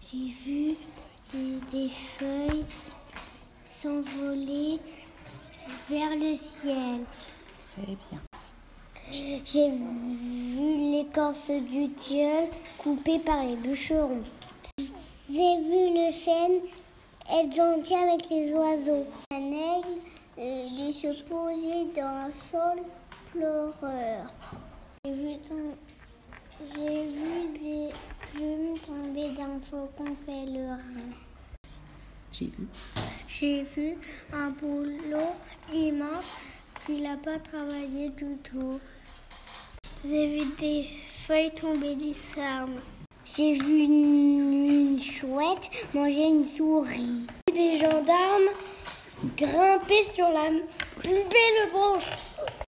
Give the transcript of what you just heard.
J'ai vu des, des feuilles s'envoler vers le ciel. Très bien. J'ai vu l'écorce du tilleul coupée par les bûcherons. J'ai vu le chêne être gentil avec les oiseaux. Un aigle euh, il se posait dans un sol pleureur. J'ai vu, tom- j'ai vu des plumes tomber d'un faucon pèlerin. J'ai vu. J'ai vu un boulot immense qu'il n'a pas travaillé du tout. J'ai vu des feuilles tomber du sarme. J'ai vu une, une chouette manger une souris. J'ai vu Des gendarmes grimper sur la plus belle branche.